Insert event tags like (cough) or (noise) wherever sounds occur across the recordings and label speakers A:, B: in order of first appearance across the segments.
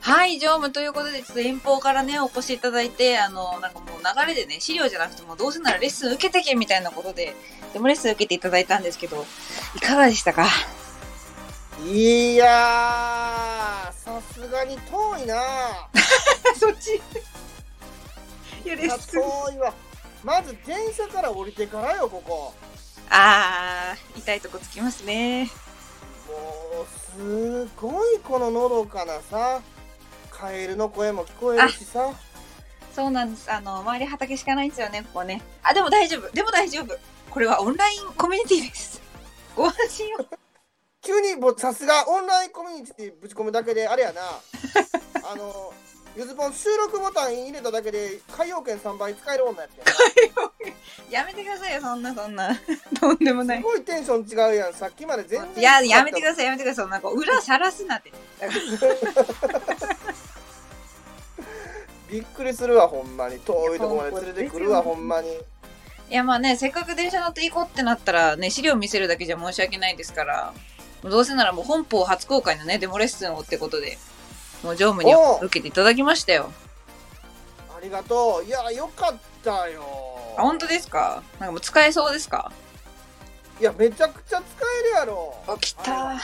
A: はい、常務ということで、ちょっと遠方からね、お越しいただいて、あの、なんかもう流れでね、資料じゃなくても、どうせならレッスン受けてけみたいなことで、でもレッスン受けていただいたんですけど、いかがでしたか
B: いやー、さすがに遠いな
A: (laughs) (laughs) そっち。いや、レッスン。
B: 遠いわ。まず電車から降りてからよ、ここ。
A: あー、痛いとこつきますね。
B: もう、すごいこののどかなさ、カエルの声も聞こえるしさ。
A: そうなんです。あの、周り畑しかないんですよね、ここね。あ、でも大丈夫。でも大丈夫。これはオンラインコミュニティです。 (laughs) ご安心を。
B: 急にもうさすがオンラインコミュニティぶち込むだけであれやな (laughs) あのゆずぽん収録ボタン入れただけで海洋券3倍使える女やってす
A: やめてくださいよ、そんなそんな。 (laughs) とんでもない。
B: ごいテンション違うやんさっきまで全然
A: いや、やめてく
B: だ
A: ださい、やめてください。そんなこう裏さらすなって。
B: びっくりするわほんまに遠いとこまで連れてくる
A: い
B: わ
A: や
B: ほんまに
A: いや、まあね、せっかく電車乗って行こうってなったら、ね、資料見せるだけじゃ申し訳ないですから、どうせならもう本邦初公開のね、デモレッスンをってことで、もう常務に
B: おう
A: 受けていただきましたよ。
B: ありがとういやよかったよ
A: あ、本当ですかなんかもう使えそうですか
B: いやめちゃくちゃ使えるやろ
A: お、来た
B: あれい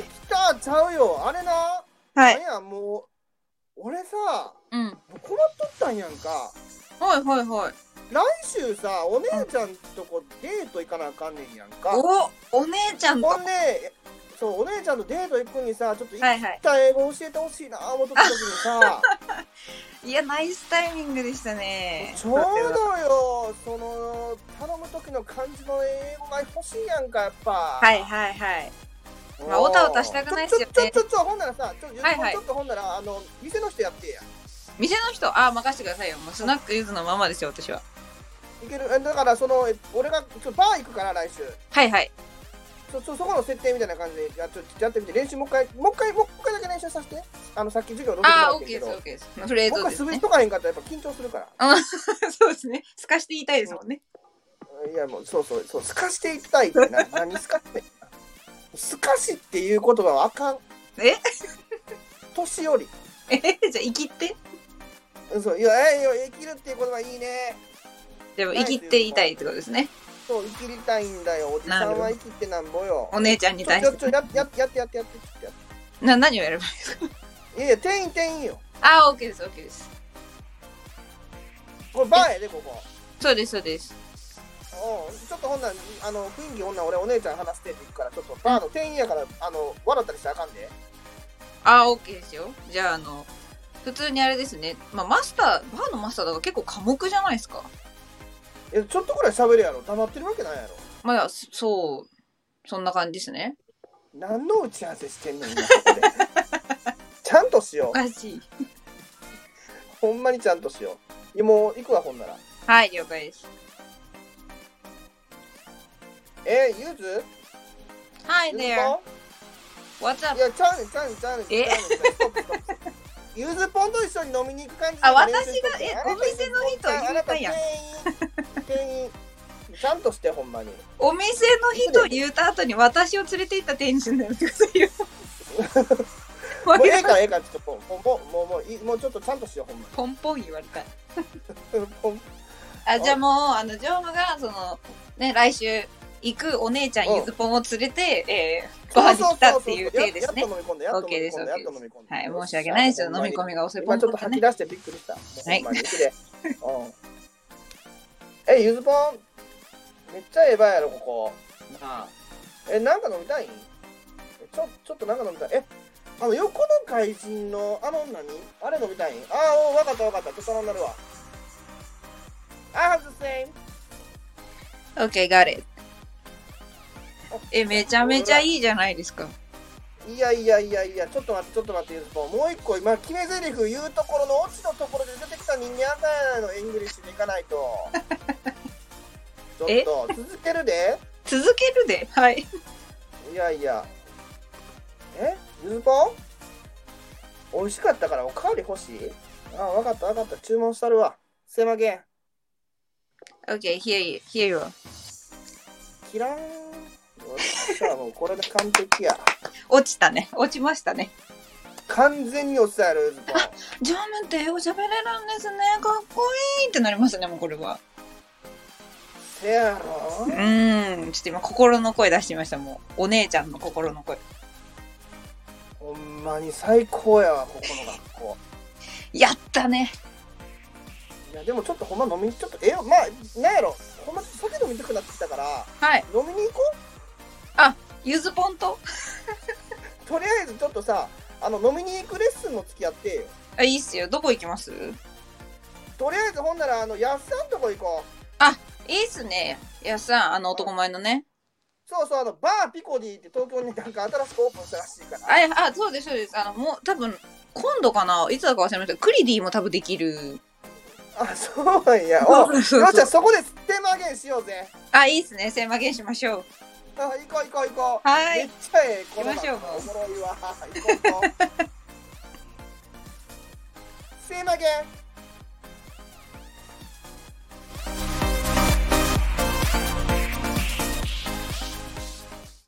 B: や来たちゃうよあれな、
A: は
B: あ
A: い。
B: れやもう俺さ
A: うん。はい
B: もう困っとったんやんか
A: はいはい。
B: 来週さお姉ちゃんとこデート行かなあかんねんやんか、
A: お、お姉ちゃんと。
B: ほ
A: は
B: んでそうお姉ちゃんとデート行くにさちょっと行
A: い
B: っ
A: はい。
B: た英語教えてほしいなあ思っとった時にさ
A: いや、ナイスタイミングでしたね。
B: ちょうどよその頼む時の感じの英語が欲しいやんかやっぱ
A: はいいはいはい。まあおたおたしたくないっすよね
B: ちょちょちょちょほんならさちょ,、
A: はいはい
B: ちょっとほんならあの店の人やってや
A: 店の人、あ、任せてくださいよ。もうスナックゆずのままですよ、私は。
B: いけるえだからそのえ俺がちょっとバー行くから来週
A: はいはい。
B: そそそこの設定みたいな感じでやっちょっとやってみて練習もう一回もう一回もう一回だけ練習させてあのさっき授業録
A: あー、
B: も
A: オッ
B: ら
A: ケー
B: け
A: です、
B: ど
A: オッケー
B: も
A: です。フレー
B: う一
A: ズ
B: 回
A: です
B: 滑り
A: ね。
B: とかへんかったらやっぱ緊張するから
A: (laughs) そうですね。透かして言いたいですもんね。
B: いやもうそうそうそうすかしていきたいって
A: (laughs)
B: な何すかってすかしっていう言葉はあかん
A: え
B: 年寄り
A: (laughs) えじゃあ、生きって
B: うんそういやえいや生きるっていう言葉いいね
A: でも、生きって言いたいってことですね。
B: そう生きりたいんだよおじさんは生きてなんぼよ
A: お姉ちゃんに
B: ちょ
A: 対
B: ちょ
A: し
B: ち
A: て
B: ょ。やややってやってやってちょっとやっ
A: な、何をやれば
B: ていやいや店員店員よ
A: あー、オッケーです、オッケーです。
B: これバーやでここ
A: そうです、そうです。
B: うんちょっとほんなんあの雰囲気ほんなん俺お姉ちゃん話してって言うからちょっとバーの店員やからあの笑ったりしたらあかんで
A: あー、オッケーですよ。じゃあ、あの、普通にあれですね。まあ、マスター、バーのマスターだから結構寡黙じゃないですか。
B: えちょっとくらい喋るやろ黙ってるわけないやろ
A: まあ、そそう、そんな感じですね。
B: 何の打ち合わせしてんの
A: (laughs)
B: 今ここでちゃんとしよ
A: お
B: う
A: かしい。
B: ほんまにちゃんとしよういやもう行くわほんなら
A: はい、了解です。
B: えゆず
A: Hi
B: ゆず
A: there.
B: ぽ
A: What's
B: ん
A: up?
B: いやちゃうねんちゃうねんちゃうねん
A: え
B: ちゃうねんストップストップストップゆずぽんと一緒に飲みに行く感じ
A: あ私が
B: 練習しとって
A: え
B: あなた
A: お店の人
B: あなた
A: 言う
B: 店員店員ちゃんとしてほ
A: (laughs)
B: んまに
A: お店の人言うた後に私を連れて行った店主に
B: (laughs)
A: なるってくださいよ。
B: もうええからええからちょっともうもうもうもういもうちょっとちゃんとしようほんま
A: ポンポン言われた。
B: にほん
A: あじゃあもうあの常務がそのね来週行くお姉ちゃん
B: うん
A: ゆずぽんを連れて、えー、ご飯に来たっていう体ですね
B: や。っと飲み込んだやっと飲み
A: OK です
B: 込んだやっと飲み込んだ
A: はい申し訳ないですよ
B: ほん
A: 飲
B: ま
A: み
B: に
A: 込みが遅いポ
B: 今
A: ン
B: ち
A: ポ
B: ょっ
A: ン
B: と
A: と
B: 吐き
A: ね。
B: 出してびっくりした。
A: はい
B: ほんまに行くで。うん。え、ゆずぽん。めっちゃええばやろ、ここ。
A: あ
B: え、なんか飲みたいちょ、ちょっとなんか飲みたい。え、あの、横の怪人の、あの何あれ飲みたいああ、おわかったわかった。ちょっと頼んだるわ。I have the same.
A: OK got it。えめちゃめちゃいいじゃないですか。
B: いやいやいやいや、ちょっと待って、ちょっと待って、ゆずぽん。もう一個、今、決め台詞言うところのオチのところで出てきた人間赤やないの、イングリッシュでいかないと。ち
A: え
B: ょっと、続けるで。
A: 続けるで。はい。
B: いやいや。えゆずぽん美味しかったからおかわり欲しいああ、わかったわかった。注文したるわ。すいません。
A: OK here you here you are。
B: キラーン。よ (laughs) っしゃ、もうこれで完璧や。
A: 落ちたね。落ちましたね。
B: 完全に落ちたやろ、ゆずぽん。
A: ジャムって英語喋れるんですね。かっこいいってなりますね、もうこれは。
B: せやろ
A: うーん。ちょっと今、心の声出してみました、もう。お姉ちゃんの心の声。
B: ほんまに最高やわ、ここの学校。
A: やったね。
B: いや、でもちょっとほんま飲みに、ちょっと、ええよ、まあ、なんやろ、ほんま酒飲みたくなってきたから、
A: はい。
B: 飲みに行こう
A: ゆずぽんと
B: とりあえずちょっとさ、あの、飲みに行くレッスンも付き合ってよ。
A: あ、いいっすよ。どこ行きます
B: とりあえずほんなら、あの、やっさんとこ行こう。
A: いいっすね。やっさん、あの男前のね。
B: そうそう、あの、バーピコディって東京になんか新しくオープンしたらしいから。
A: あ、あ、そうです、そうです。あの、もう、多分、今度かな。いつだか忘れました。クリディも多分できる。
B: あ、そうなんや。お
A: そうそう
B: よっしゃ、そこでテーマゲンしようぜ。
A: あ、いいっすね。千馬券しましょう。
B: あ、行こう行こう行こう。
A: は
B: めっ
A: い。
B: ちゃええ、
A: 行
B: こ
A: き
B: の
A: ましょう
B: 学校 (laughs) おもろいわ。行こう行こう。テーマゲン。